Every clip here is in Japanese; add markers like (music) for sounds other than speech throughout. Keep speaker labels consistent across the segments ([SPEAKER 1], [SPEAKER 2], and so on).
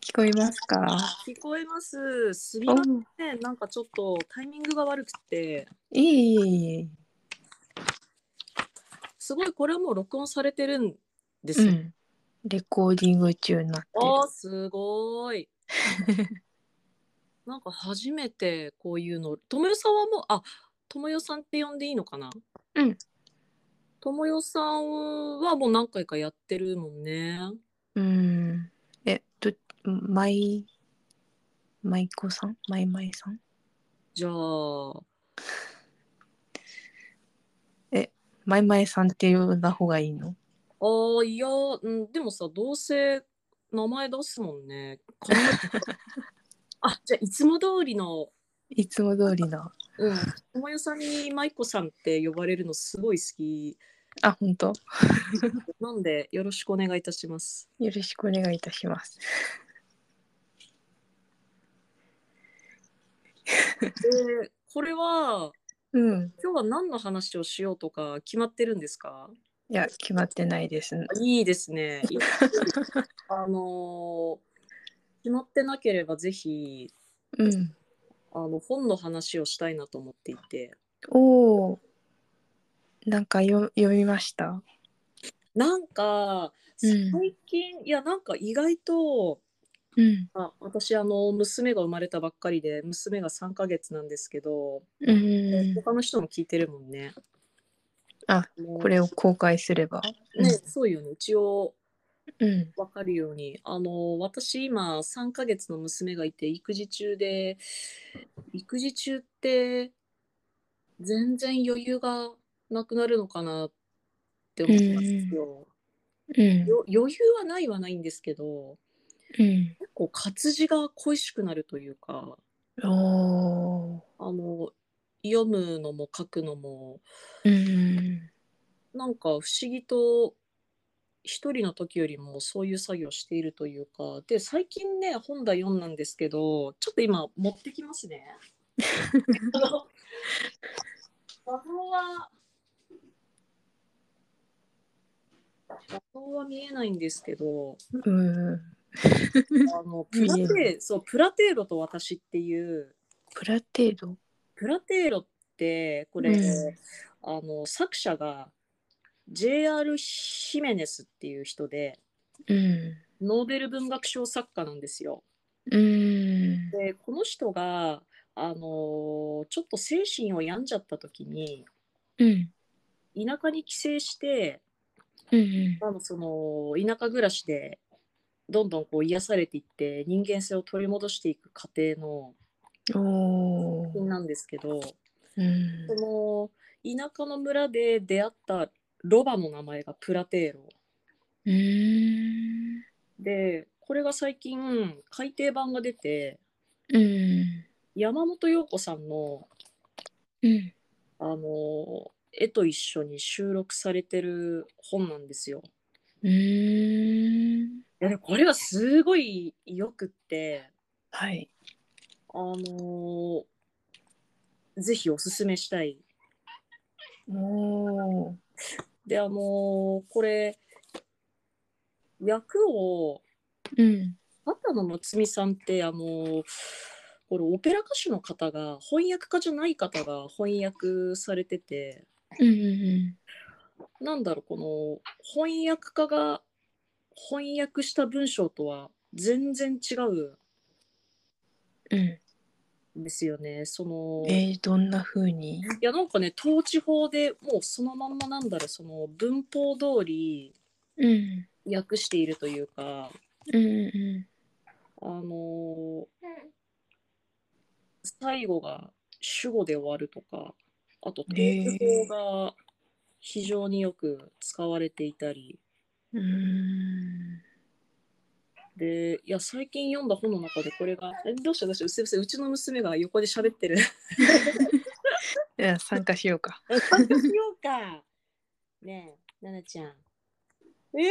[SPEAKER 1] 聞こえますか
[SPEAKER 2] 聞こえます。すみません。なんかちょっとタイミングが悪くて、
[SPEAKER 1] いえいえいえい
[SPEAKER 2] すごいこれはもう録音されてるんで
[SPEAKER 1] え。
[SPEAKER 2] す
[SPEAKER 1] う
[SPEAKER 2] よ。
[SPEAKER 1] ん。レコーディング中になって
[SPEAKER 2] あーすご
[SPEAKER 1] (laughs)
[SPEAKER 2] い。なんか初めてこういうの、ともよさんはもう、あ、ともよさんって呼んでいいのかな
[SPEAKER 1] うん。
[SPEAKER 2] ともよさんはもう何回かやってるもんね。
[SPEAKER 1] る。うん。えっと、マイ、マイコさんマイマイさん
[SPEAKER 2] じゃあ、
[SPEAKER 1] マイマイさんって呼んだ方がいいの
[SPEAKER 2] あーいや、うん、でもさ、どうせ名前出すもんね。こんなあ、じゃあ、いつも通りの、
[SPEAKER 1] いつも通りの。
[SPEAKER 2] うん、ともよさんにまいこさんって呼ばれるのすごい好き。
[SPEAKER 1] あ、本当。
[SPEAKER 2] なんで、よろしくお願いいたします。
[SPEAKER 1] よろしくお願いいたします。
[SPEAKER 2] で、これは、
[SPEAKER 1] うん。
[SPEAKER 2] 今日は何の話をしようとか決まってるんですか
[SPEAKER 1] いや、決まってないです。
[SPEAKER 2] いいですね。いいあのー決まってなければぜひ
[SPEAKER 1] うん。
[SPEAKER 2] あの本の話をしたいなと思っていて
[SPEAKER 1] おお。なんかよ読みました
[SPEAKER 2] なんか
[SPEAKER 1] うん
[SPEAKER 2] 最近、いやなんか意外と
[SPEAKER 1] うん。
[SPEAKER 2] あ私あの娘が生まれたばっかりで娘が3ヶ月なんですけど、
[SPEAKER 1] うん。
[SPEAKER 2] 他の人も聞いてるもんね。
[SPEAKER 1] あ
[SPEAKER 2] もう
[SPEAKER 1] これを公開すれば。
[SPEAKER 2] ね、そうよね一応
[SPEAKER 1] うん。
[SPEAKER 2] わかるようにあの私今3ヶ月の娘がいて育児中で育児中って全然余裕がなくなるのかなって思ってますよ。
[SPEAKER 1] うん。
[SPEAKER 2] よ余裕はないはないんですけど
[SPEAKER 1] う
[SPEAKER 2] 結
[SPEAKER 1] ん。
[SPEAKER 2] 構活字が恋しくなるというか
[SPEAKER 1] おー
[SPEAKER 2] あの読むのも書くのも
[SPEAKER 1] うん。
[SPEAKER 2] なんか不思議と一人の時よりもそういう作業しているというかで最近ね本だ読んだんですけどちょっと今持ってきますね。あの画像は画像は見えないんですけど
[SPEAKER 1] うん。
[SPEAKER 2] あのプラ
[SPEAKER 1] 見え
[SPEAKER 2] テそうプラテーロと私っていう
[SPEAKER 1] プラテード
[SPEAKER 2] プラテーロってこれ、
[SPEAKER 1] うん
[SPEAKER 2] あの作者が J.R. ヒメネスっていう人で。
[SPEAKER 1] うん。
[SPEAKER 2] ノーベル文学賞作家なんですよ。
[SPEAKER 1] うん。
[SPEAKER 2] でこの人が、あのーちょっと精神を病んじゃった時に
[SPEAKER 1] うん。
[SPEAKER 2] 田舎に帰省して
[SPEAKER 1] うん。
[SPEAKER 2] あのその田舎暮らしでどんどんこう癒されていって人間性を取り戻していく過程の
[SPEAKER 1] お
[SPEAKER 2] 作品
[SPEAKER 1] ー
[SPEAKER 2] なんですけど
[SPEAKER 1] うん。
[SPEAKER 2] その田舎の村で出会ったロバの名前がプラテーロ。
[SPEAKER 1] うん。
[SPEAKER 2] でこれが最近改訂版が出て
[SPEAKER 1] うん。
[SPEAKER 2] 山本陽子さんの
[SPEAKER 1] うん。
[SPEAKER 2] あの絵と一緒に収録されてる本なんですよ。
[SPEAKER 1] うん。
[SPEAKER 2] いやでもこれはすごいよくって、
[SPEAKER 1] はい。
[SPEAKER 2] あのぜひおすすめしたい。
[SPEAKER 1] おー
[SPEAKER 2] で、あのこれ役を
[SPEAKER 1] うん。
[SPEAKER 2] 畑野睦美さんって、あのこれオペラ歌手の方が翻訳家じゃない方が翻訳されてて
[SPEAKER 1] うん。うん。
[SPEAKER 2] なんだろうこの翻訳家が翻訳した文章とは全然違う
[SPEAKER 1] うん。
[SPEAKER 2] んですよね。そのい
[SPEAKER 1] えー、どんな風に
[SPEAKER 2] やなんかね統治法でもうそのまんまなんだろうその文法通り
[SPEAKER 1] うん。
[SPEAKER 2] 訳しているというか
[SPEAKER 1] うん。う
[SPEAKER 2] あの最後が主語で終わるとかあと
[SPEAKER 1] へえ
[SPEAKER 2] 統治法が非常によく使われていたり。
[SPEAKER 1] ん。うん。
[SPEAKER 2] でいや最近読んだ本の中でこれがえどうしたどうしたすいませんうちの娘が横で喋ってる
[SPEAKER 1] いや参加しようか。
[SPEAKER 2] 参加しようかねえ奈々ちゃんえー、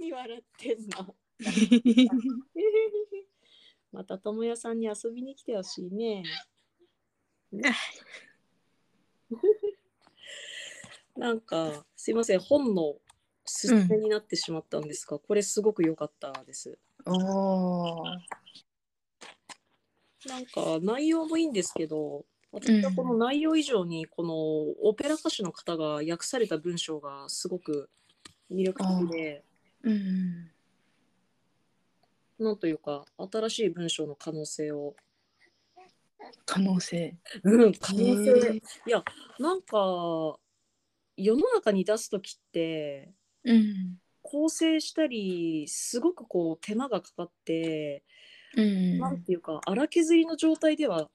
[SPEAKER 2] 何笑ってんのえーまた友也さんに遊びに来てほしい (laughs) ねねなんかすいません本のすすめになってしまったんですが、これすごく良かったです。
[SPEAKER 1] おー
[SPEAKER 2] なんか内容もいいんですけど私はこの内容以上にこのオペラ歌手の方が訳された文章がすごく魅力的で
[SPEAKER 1] うん
[SPEAKER 2] なんというか新しい文章の可能性を、
[SPEAKER 1] 可能性
[SPEAKER 2] うん、可能性、
[SPEAKER 1] へー
[SPEAKER 2] いやなんか世の中に出す時って
[SPEAKER 1] うん
[SPEAKER 2] 構成したりすごくこう手間がかかって
[SPEAKER 1] うん
[SPEAKER 2] なんていうか荒削りの状態では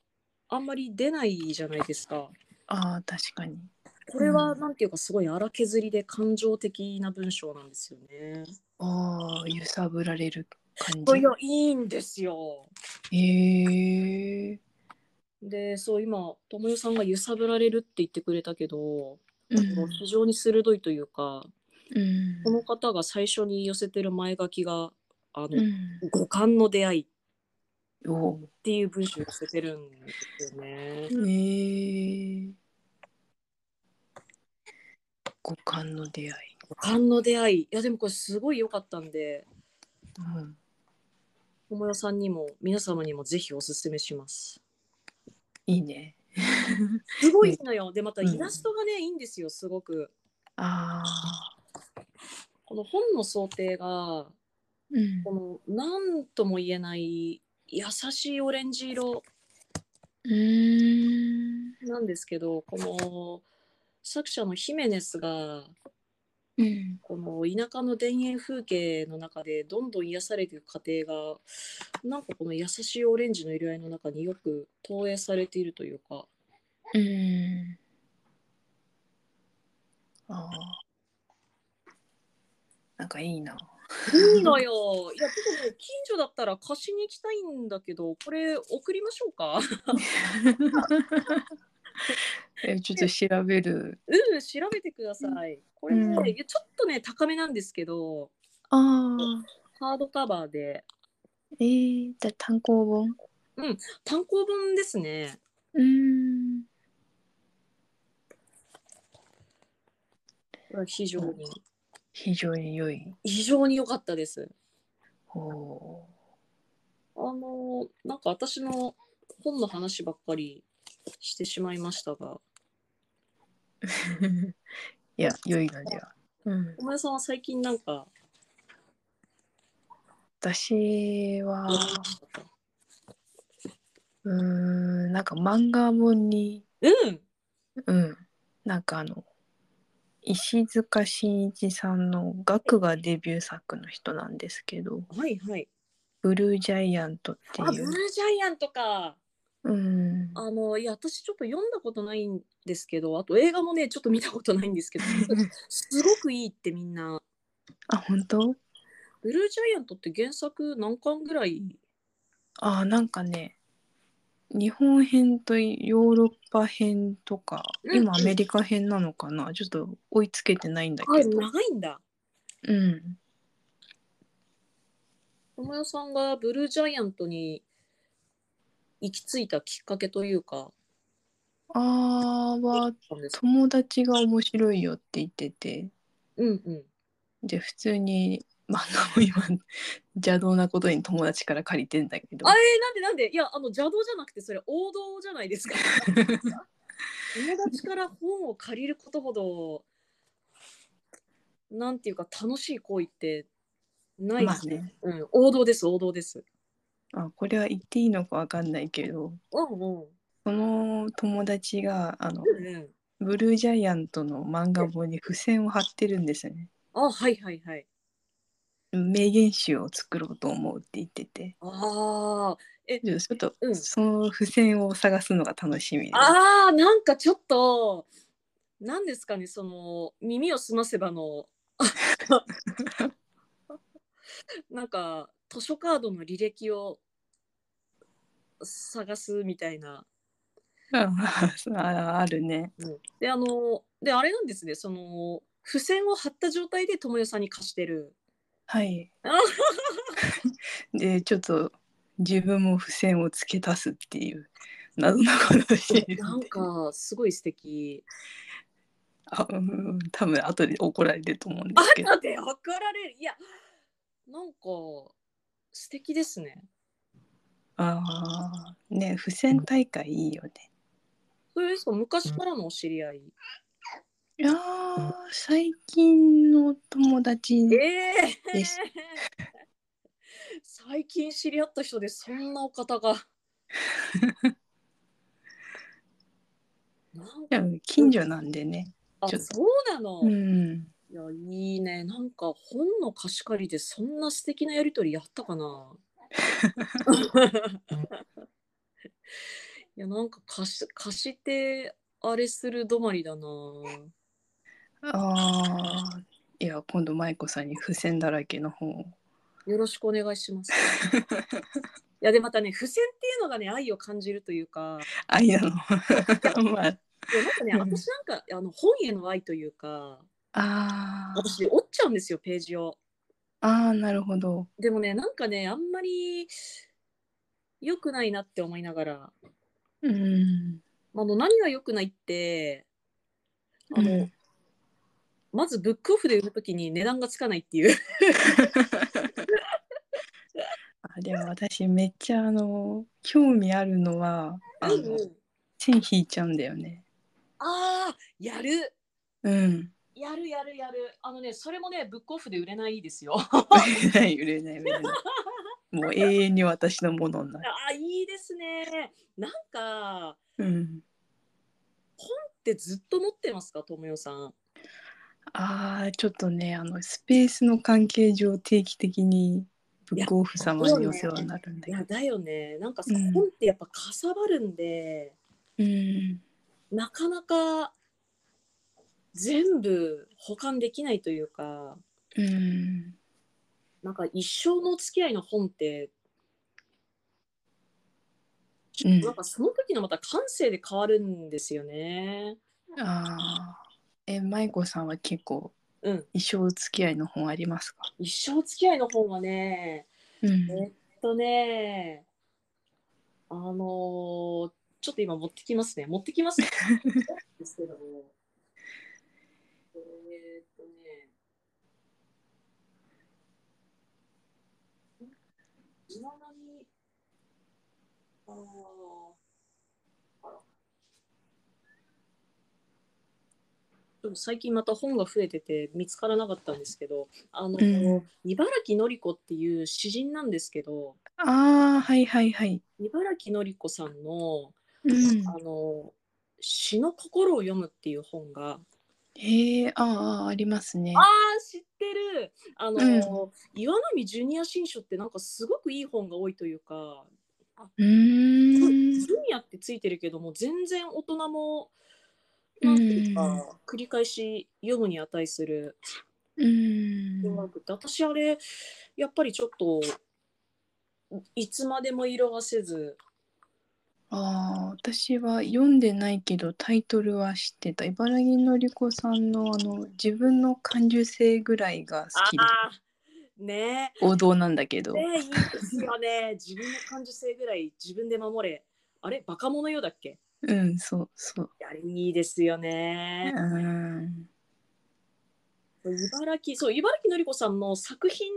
[SPEAKER 2] あんまり出ないじゃないですか。
[SPEAKER 1] ああ確かに
[SPEAKER 2] これは
[SPEAKER 1] うん
[SPEAKER 2] なんていうかすごい荒削りで感情的な文章なんですよね。
[SPEAKER 1] ああ揺さぶられる感
[SPEAKER 2] そ
[SPEAKER 1] じ
[SPEAKER 2] れがいいんですよ。
[SPEAKER 1] へえ
[SPEAKER 2] でそう今友よさんが揺さぶられるって言ってくれたけど、
[SPEAKER 1] う
[SPEAKER 2] あの
[SPEAKER 1] ん
[SPEAKER 2] 非常に鋭いというか
[SPEAKER 1] うん
[SPEAKER 2] この方が最初に寄せてる前書きが「あの
[SPEAKER 1] うん
[SPEAKER 2] 五感の出会い」っ
[SPEAKER 1] お
[SPEAKER 2] ていう文章を寄せてるんですよね。
[SPEAKER 1] ーへえ五感の出会い
[SPEAKER 2] 五感の出会いいやでもこれすごい良かったんで
[SPEAKER 1] うん
[SPEAKER 2] 友よさんにも皆様にもぜひおすすめします。
[SPEAKER 1] いいね
[SPEAKER 2] すごいのよ。でまた
[SPEAKER 1] うん
[SPEAKER 2] イラストがね、いいんですよすごく。
[SPEAKER 1] ああ
[SPEAKER 2] この本の想定が
[SPEAKER 1] うん
[SPEAKER 2] この何とも言えない優しいオレンジ色
[SPEAKER 1] うーん
[SPEAKER 2] なんですけどこの作者のヒメネスが
[SPEAKER 1] うん
[SPEAKER 2] この田舎の田園風景の中でどんどん癒されていく過程がなんかこの優しいオレンジの色合いの中によく投影されているというか
[SPEAKER 1] うんああなんかいいない
[SPEAKER 2] いのよいやちょっとね近所だったら貸しに行きたいんだけどこれ送りましょうか
[SPEAKER 1] (laughs) えちょっと調べる
[SPEAKER 2] (laughs) うん調べてくださいこれね、
[SPEAKER 1] うん
[SPEAKER 2] いやちょっとね高めなんですけど
[SPEAKER 1] ああ
[SPEAKER 2] ハードカバーで
[SPEAKER 1] えー、じゃあ単行本
[SPEAKER 2] 単行本ですね。
[SPEAKER 1] うーん
[SPEAKER 2] これは非常に
[SPEAKER 1] 非常に良い
[SPEAKER 2] 非常に良かったです。
[SPEAKER 1] お
[SPEAKER 2] あのなんか私の本の話ばっかりしてしまいましたが、
[SPEAKER 1] ーい (laughs) や良いのでは、うん、
[SPEAKER 2] 小林さんは最近なんか
[SPEAKER 1] 私は
[SPEAKER 2] 読みましたか
[SPEAKER 1] うーんなんか漫画本に
[SPEAKER 2] うん。
[SPEAKER 1] うんなんかあの石塚真一さんの「学」がデビュー作の人なんですけど
[SPEAKER 2] はいはい。
[SPEAKER 1] 「ブルージャイアント」って
[SPEAKER 2] あ、ブルー
[SPEAKER 1] い
[SPEAKER 2] ジ
[SPEAKER 1] う
[SPEAKER 2] ャイアントか。
[SPEAKER 1] うん
[SPEAKER 2] あのいや私ちょっと読んだことないんですけど、あと映画もねちょっと見たことないん (laughs) ですけど、すごくいいってみんな。
[SPEAKER 1] あ本当
[SPEAKER 2] ブルージャイアントって原作何巻ぐらい？
[SPEAKER 1] あなんかね日本編とヨーロッパ編とか
[SPEAKER 2] うん
[SPEAKER 1] 今アメリカ編なのかなちょっと追いつけてないんだ
[SPEAKER 2] あ、
[SPEAKER 1] けど、
[SPEAKER 2] 長いんだ。
[SPEAKER 1] うん、
[SPEAKER 2] 友よさんがブルージャイアントに行き着いたきっかけというか、
[SPEAKER 1] あーは
[SPEAKER 2] なんですか
[SPEAKER 1] 友達が面白いよって言ってて
[SPEAKER 2] うんうん。
[SPEAKER 1] で普通に漫画を今邪道なことに友達から借りてんだけど
[SPEAKER 2] あえーなんでなんでいや、あの邪道じゃなくて、それ王道じゃない (laughs) ですか。友達から本を借りることほど、なんていうか楽しい行為ってないで
[SPEAKER 1] まあ
[SPEAKER 2] すね。
[SPEAKER 1] ね
[SPEAKER 2] うん、王道です、王道です。
[SPEAKER 1] あこれは言っていいのかわかんないけど
[SPEAKER 2] うんうん。
[SPEAKER 1] その友達があの
[SPEAKER 2] うんうん。
[SPEAKER 1] ブルージャイアントの漫画本に付箋を貼ってるんですよね。
[SPEAKER 2] あ、はいはいはい。
[SPEAKER 1] 名言集を作ろうと思うって言ってて
[SPEAKER 2] ああ。
[SPEAKER 1] ちょっと
[SPEAKER 2] うん
[SPEAKER 1] その付箋を探すのが楽しみです。
[SPEAKER 2] あーなんかちょっと何ですかねその耳をすませばの (laughs) なんか図書カードの履歴を探すみたいな。
[SPEAKER 1] うん (laughs) ああるね。
[SPEAKER 2] であのであれなんですねその付箋を貼った状態で友よさんに貸してる。
[SPEAKER 1] (laughs) はい
[SPEAKER 2] あ。
[SPEAKER 1] でちょっと自分も付箋を付け足すっていう謎のことをしている
[SPEAKER 2] なんかすごい素敵
[SPEAKER 1] あうん多分後で怒られると思うんですけ (laughs) ど
[SPEAKER 2] だって怒られるいやなんか素敵ですね
[SPEAKER 1] ああね付箋大会いいよね
[SPEAKER 2] それそう昔からのお知り合い、
[SPEAKER 1] いやー最近の友達
[SPEAKER 2] ええー
[SPEAKER 1] です
[SPEAKER 2] 最近知り合った人でそんなお方
[SPEAKER 1] (laughs)
[SPEAKER 2] がなんか
[SPEAKER 1] でも近所なんでね
[SPEAKER 2] あ
[SPEAKER 1] ちょっと
[SPEAKER 2] そうなの、
[SPEAKER 1] う
[SPEAKER 2] い
[SPEAKER 1] ん
[SPEAKER 2] やいいねなんか本の貸し借りでそんな素敵なやり取りやったかな (laughs) いやなんか貸し貸してあれする止まりだな
[SPEAKER 1] ああいや今度舞子さんに付箋だらけの本を
[SPEAKER 2] よろしくお願いし
[SPEAKER 1] (laughs)
[SPEAKER 2] ます。いやでまたね付箋っていうのがね愛を感じるというか
[SPEAKER 1] 愛なの (laughs) まあ
[SPEAKER 2] いやなんかね
[SPEAKER 1] うん
[SPEAKER 2] 私なんかあの本への愛というか
[SPEAKER 1] あー
[SPEAKER 2] 私折っちゃうんですよページを。
[SPEAKER 1] あーなるほど
[SPEAKER 2] でもねなんかねあんまり良くないなって思いながら
[SPEAKER 1] うん
[SPEAKER 2] あの何が良くないってあの、
[SPEAKER 1] うん
[SPEAKER 2] まずブックオフで売るときに値段がつかないっていう。
[SPEAKER 1] あでも私めっちゃあの興味あるのは (laughs) あ
[SPEAKER 2] うん
[SPEAKER 1] の
[SPEAKER 2] うん
[SPEAKER 1] 線引いちゃうんだよね
[SPEAKER 2] あーやる
[SPEAKER 1] うん
[SPEAKER 2] やるやるやるあのねそれもねブックオフで売れないですよ。
[SPEAKER 1] 売れない売れない売れないもう永遠に私のものになる、
[SPEAKER 2] あーいいですね。なんか
[SPEAKER 1] うん、
[SPEAKER 2] ってずっと持ってますか、ともよさん。
[SPEAKER 1] あーちょっとねあのスペースの関係上定期的にブックオフ様にお世話になるんだ
[SPEAKER 2] い
[SPEAKER 1] けど
[SPEAKER 2] やだよね。なんかさ、
[SPEAKER 1] うん
[SPEAKER 2] 本ってやっぱかさばるんで、
[SPEAKER 1] うん
[SPEAKER 2] なかなか全部保管できないというか、
[SPEAKER 1] うん
[SPEAKER 2] なんか一生のお付き合いの本って、
[SPEAKER 1] うん
[SPEAKER 2] なんかその時のまた感性で変わるんですよね。
[SPEAKER 1] あーえ舞子さんは結構
[SPEAKER 2] うん、
[SPEAKER 1] 一生付き合いの本ありますか、
[SPEAKER 2] 一生お付き合いの本はね、
[SPEAKER 1] うん
[SPEAKER 2] えっとね、あのーちょっと今持ってきますね。持ってきます、ね。ですけども。えーっとね。いまだに、あのーあら。でも最近また本が増えてて見つからなかったんですけど、あのー
[SPEAKER 1] うん
[SPEAKER 2] 茨城のり子っていう詩人なんですけど
[SPEAKER 1] ああはいはいはい。
[SPEAKER 2] 茨城のり子さんの
[SPEAKER 1] う
[SPEAKER 2] 「
[SPEAKER 1] ん
[SPEAKER 2] あの詩の心を読む」っていう本が
[SPEAKER 1] へえあーあーありますね。
[SPEAKER 2] あー知ってるあの、岩波ジュニア新書ってなんかすごくいい本が多いというか
[SPEAKER 1] う
[SPEAKER 2] 「ジ
[SPEAKER 1] ーん
[SPEAKER 2] ュニア」ってついてるけども全然大人もなんていう
[SPEAKER 1] うん
[SPEAKER 2] か繰り返し読むに値する
[SPEAKER 1] うー
[SPEAKER 2] 音
[SPEAKER 1] ん
[SPEAKER 2] 楽って私あれやっぱりちょっといつまでも色褪せず。
[SPEAKER 1] ああ私は読んでないけどタイトルは知ってた茨城のり子さんのあの自分の感受性ぐらいが好きで
[SPEAKER 2] あーね
[SPEAKER 1] 王道なんだけど
[SPEAKER 2] え、ねえ、いいですよね。 (laughs) 自分の感受性ぐらい自分で守れ。あれ、バカ者よだっけ
[SPEAKER 1] うんそうそう
[SPEAKER 2] いやいいですよ
[SPEAKER 1] う
[SPEAKER 2] ね。
[SPEAKER 1] ーん
[SPEAKER 2] 茨城、そう、茨城のり子さんの作品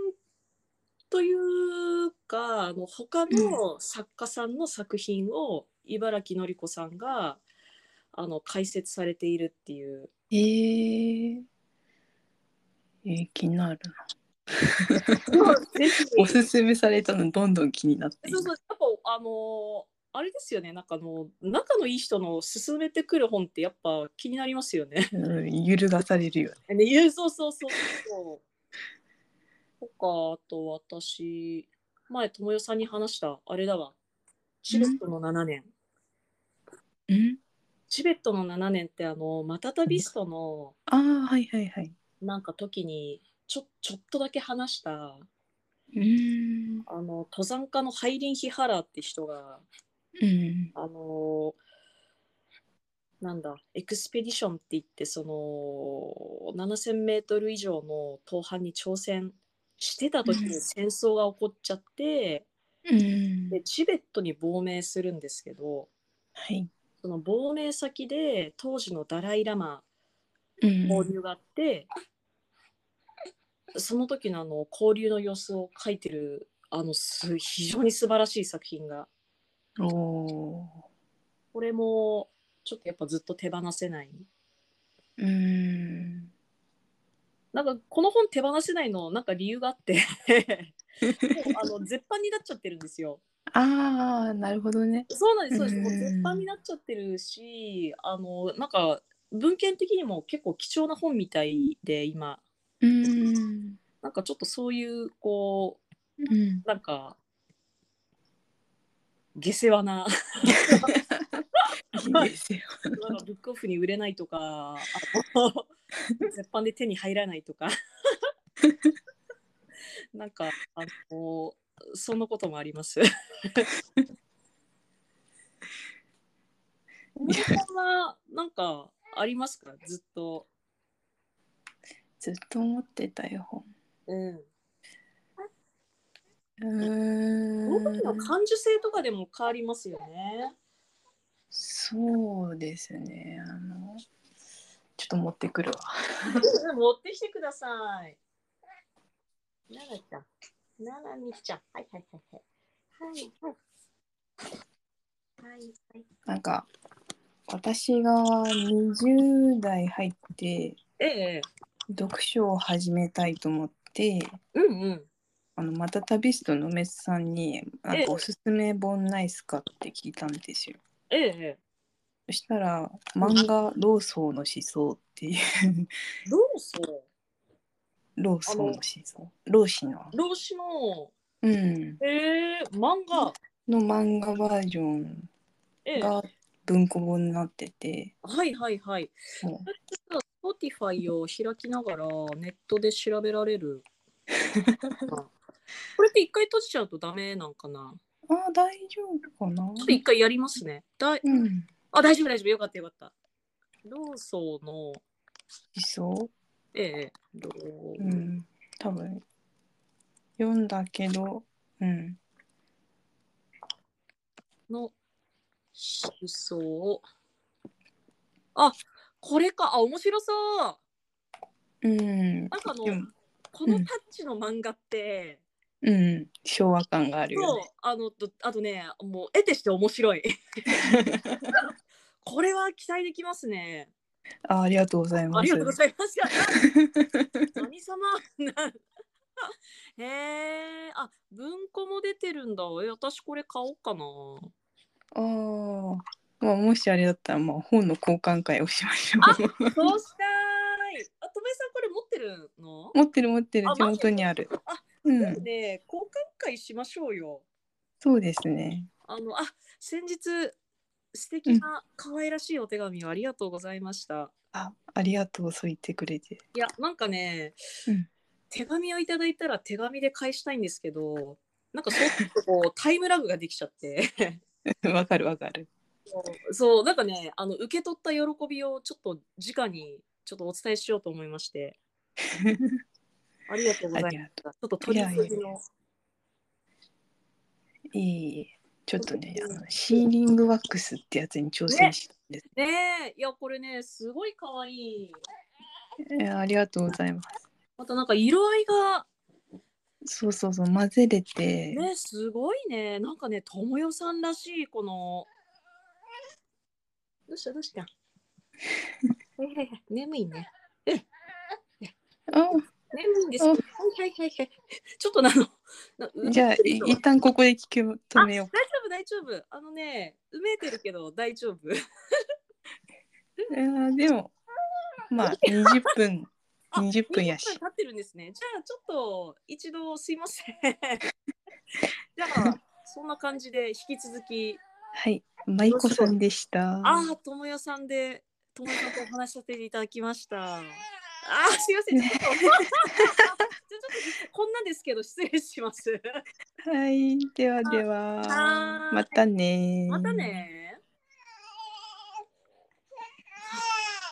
[SPEAKER 2] というか、あの他の作家さんの作品を茨城のり子さんがあの解説されているっていう。
[SPEAKER 1] えー、えー気になるな
[SPEAKER 2] ぜひ (laughs)
[SPEAKER 1] おすすめされたのどんどん気になってい
[SPEAKER 2] そう
[SPEAKER 1] る
[SPEAKER 2] そうやっぱあのーあれですよねなんかあの仲のいい人の勧めてくる本ってやっぱ気になりますよね。
[SPEAKER 1] うん揺るがされるよね
[SPEAKER 2] ね言うそうそうそう (laughs) そう。とかあと私前友よさんに話したあれだわ「チベットの7年」
[SPEAKER 1] うん
[SPEAKER 2] チベットの7年ってあのマタタビストの
[SPEAKER 1] ああはいはいはい
[SPEAKER 2] なんか時にちょちょっとだけ話した
[SPEAKER 1] うーん
[SPEAKER 2] あの登山家のハイリン・ヒハラーって人が
[SPEAKER 1] うん
[SPEAKER 2] あのーなんだエクスペディションって言ってその 7,000m 以上の登攀に挑戦してた時に
[SPEAKER 1] うん
[SPEAKER 2] 戦争が起こっちゃって、
[SPEAKER 1] うん
[SPEAKER 2] でチベットに亡命するんですけど
[SPEAKER 1] はい
[SPEAKER 2] その亡命先で当時のダライ・ラマ
[SPEAKER 1] うん
[SPEAKER 2] 交流があって、その時のあの交流の様子を書いてるあのす非常に素晴らしい作品が
[SPEAKER 1] おー
[SPEAKER 2] これもちょっとやっぱずっと手放せない
[SPEAKER 1] うん
[SPEAKER 2] なんかこの本手放せないのなんか理由があってもうあの絶版になっちゃってるんですよ。
[SPEAKER 1] ああなるほどね
[SPEAKER 2] そうなんですそうです
[SPEAKER 1] うん
[SPEAKER 2] もう絶版になっちゃってるしあのなんか文献的にも結構貴重な本みたいで今
[SPEAKER 1] うん
[SPEAKER 2] なんかちょっとそういうこう
[SPEAKER 1] うん
[SPEAKER 2] なんか下世話な
[SPEAKER 1] いいですよ
[SPEAKER 2] なんかブックオフに売れないとかあの絶版で手に入らないとか (laughs) なんかあのそんなこともあります。小室さんはなんかありますかずっと。
[SPEAKER 1] ずっと思ってたよ本
[SPEAKER 2] うん、
[SPEAKER 1] うー
[SPEAKER 2] この時の
[SPEAKER 1] ん
[SPEAKER 2] 感受性とかでも変わりますよね。
[SPEAKER 1] そうですねあのちょっと持ってくるわ
[SPEAKER 2] 持ってきてください。ななちゃん。ななみちゃん。はいはいはいはい。はいはい。はいはい、
[SPEAKER 1] なんか私が20代入って
[SPEAKER 2] ええ。
[SPEAKER 1] 読書を始めたいと思って
[SPEAKER 2] うんうん。
[SPEAKER 1] あのまた旅人のメスさんになん
[SPEAKER 2] ええ
[SPEAKER 1] かおすすめ本ないっすかって聞いたんですよ。
[SPEAKER 2] ええ。
[SPEAKER 1] そしたら漫画「老僧の思想」っていう (laughs)
[SPEAKER 2] 老僧。
[SPEAKER 1] 老僧の思想老子の、
[SPEAKER 2] 老子の。
[SPEAKER 1] うん、
[SPEAKER 2] ええ漫画。
[SPEAKER 1] の漫画バージョン
[SPEAKER 2] ええ。
[SPEAKER 1] が文庫本になってて
[SPEAKER 2] はいはいはい。
[SPEAKER 1] もう
[SPEAKER 2] Spotify を開きながらネットで調べられる。これって一回閉じちゃうとダメなんかな。
[SPEAKER 1] あー大丈夫かな
[SPEAKER 2] ちょっと一回やりますね。だい
[SPEAKER 1] うん思
[SPEAKER 2] あ、大丈夫大丈夫。よかったよかった。老僧の。
[SPEAKER 1] 想
[SPEAKER 2] ええどう
[SPEAKER 1] うん多分読んだけどうん
[SPEAKER 2] の思想。あ、これか。あ、面白そう。
[SPEAKER 1] うん
[SPEAKER 2] なんかあの、
[SPEAKER 1] でも
[SPEAKER 2] このタッチの漫画って、
[SPEAKER 1] うん昭和感がある
[SPEAKER 2] そう
[SPEAKER 1] よね
[SPEAKER 2] あのどあとね、もう得てして面白
[SPEAKER 1] (laughs)
[SPEAKER 2] い。これは期待できますね。
[SPEAKER 1] あありがとうござい
[SPEAKER 2] あ
[SPEAKER 1] ま
[SPEAKER 2] り
[SPEAKER 1] す
[SPEAKER 2] がとうございます。 (laughs) 何様 (laughs) へえ、あ、文庫も出てるんだ。え、私これ買おうかな。
[SPEAKER 1] あーまあもしあれだったらまあ本の交換会をしましょう
[SPEAKER 2] そうしたい。あ、とめさんこれ持ってるの？
[SPEAKER 1] 持ってる持ってる
[SPEAKER 2] あ
[SPEAKER 1] 手元にある
[SPEAKER 2] あ
[SPEAKER 1] うん
[SPEAKER 2] ね、交換会しましょうよ。
[SPEAKER 1] そうですね
[SPEAKER 2] あのあ先日素敵な可愛らしいお手紙をありがとうございました。
[SPEAKER 1] あありがとうそう言ってくれて (laughs)
[SPEAKER 2] いやなんかね、
[SPEAKER 1] うん
[SPEAKER 2] 手紙をいただいたら手紙で返したいんですけど、なんかそうするとこうタイムラグができちゃって、 (laughs)
[SPEAKER 1] わかるわかる
[SPEAKER 2] そうなんかねあの受け取った喜びをちょっと直にちょっとお伝えしようと思いま
[SPEAKER 1] (laughs)
[SPEAKER 2] して。ありがとうございま
[SPEAKER 1] あ
[SPEAKER 2] す。
[SPEAKER 1] り
[SPEAKER 2] ち
[SPEAKER 1] が
[SPEAKER 2] ょっと取り急ぎ
[SPEAKER 1] いやいやい
[SPEAKER 2] の。
[SPEAKER 1] いいちょっとねあのシーリングワックスってやつに挑戦したんです、
[SPEAKER 2] ねえ、いや、これね、すごい可愛い。
[SPEAKER 1] えーありがとうございます
[SPEAKER 2] またなんか色合いが、
[SPEAKER 1] そうそうそう混ぜれて、
[SPEAKER 2] ね、すごいね。なんかね、ともよさんらしい、この。どうしたどう
[SPEAKER 1] (laughs)
[SPEAKER 2] したはいはいはい眠いね。
[SPEAKER 1] あ
[SPEAKER 2] 眠いんです。
[SPEAKER 1] あ
[SPEAKER 2] はいはいはいはい。ちょっとなの。な
[SPEAKER 1] じゃあい
[SPEAKER 2] 埋めてる人
[SPEAKER 1] 一旦ここで聞き止めよう
[SPEAKER 2] 大丈夫大丈夫。あのね、埋めてるけど大丈夫。
[SPEAKER 1] いやーでもまあ20分20分やし
[SPEAKER 2] 20分経ってるんですね。じゃあちょっと一度すいま
[SPEAKER 1] (laughs)
[SPEAKER 2] せん。じゃあそんな感じで引き続き、
[SPEAKER 1] はい舞子さんでした
[SPEAKER 2] ああともよさんでともよさんとお話しさせていただきました。ああすいません。ちょっとじゃあちょっとこんなですけど失礼します。
[SPEAKER 1] はいではでは
[SPEAKER 2] はーい
[SPEAKER 1] またねー
[SPEAKER 2] またね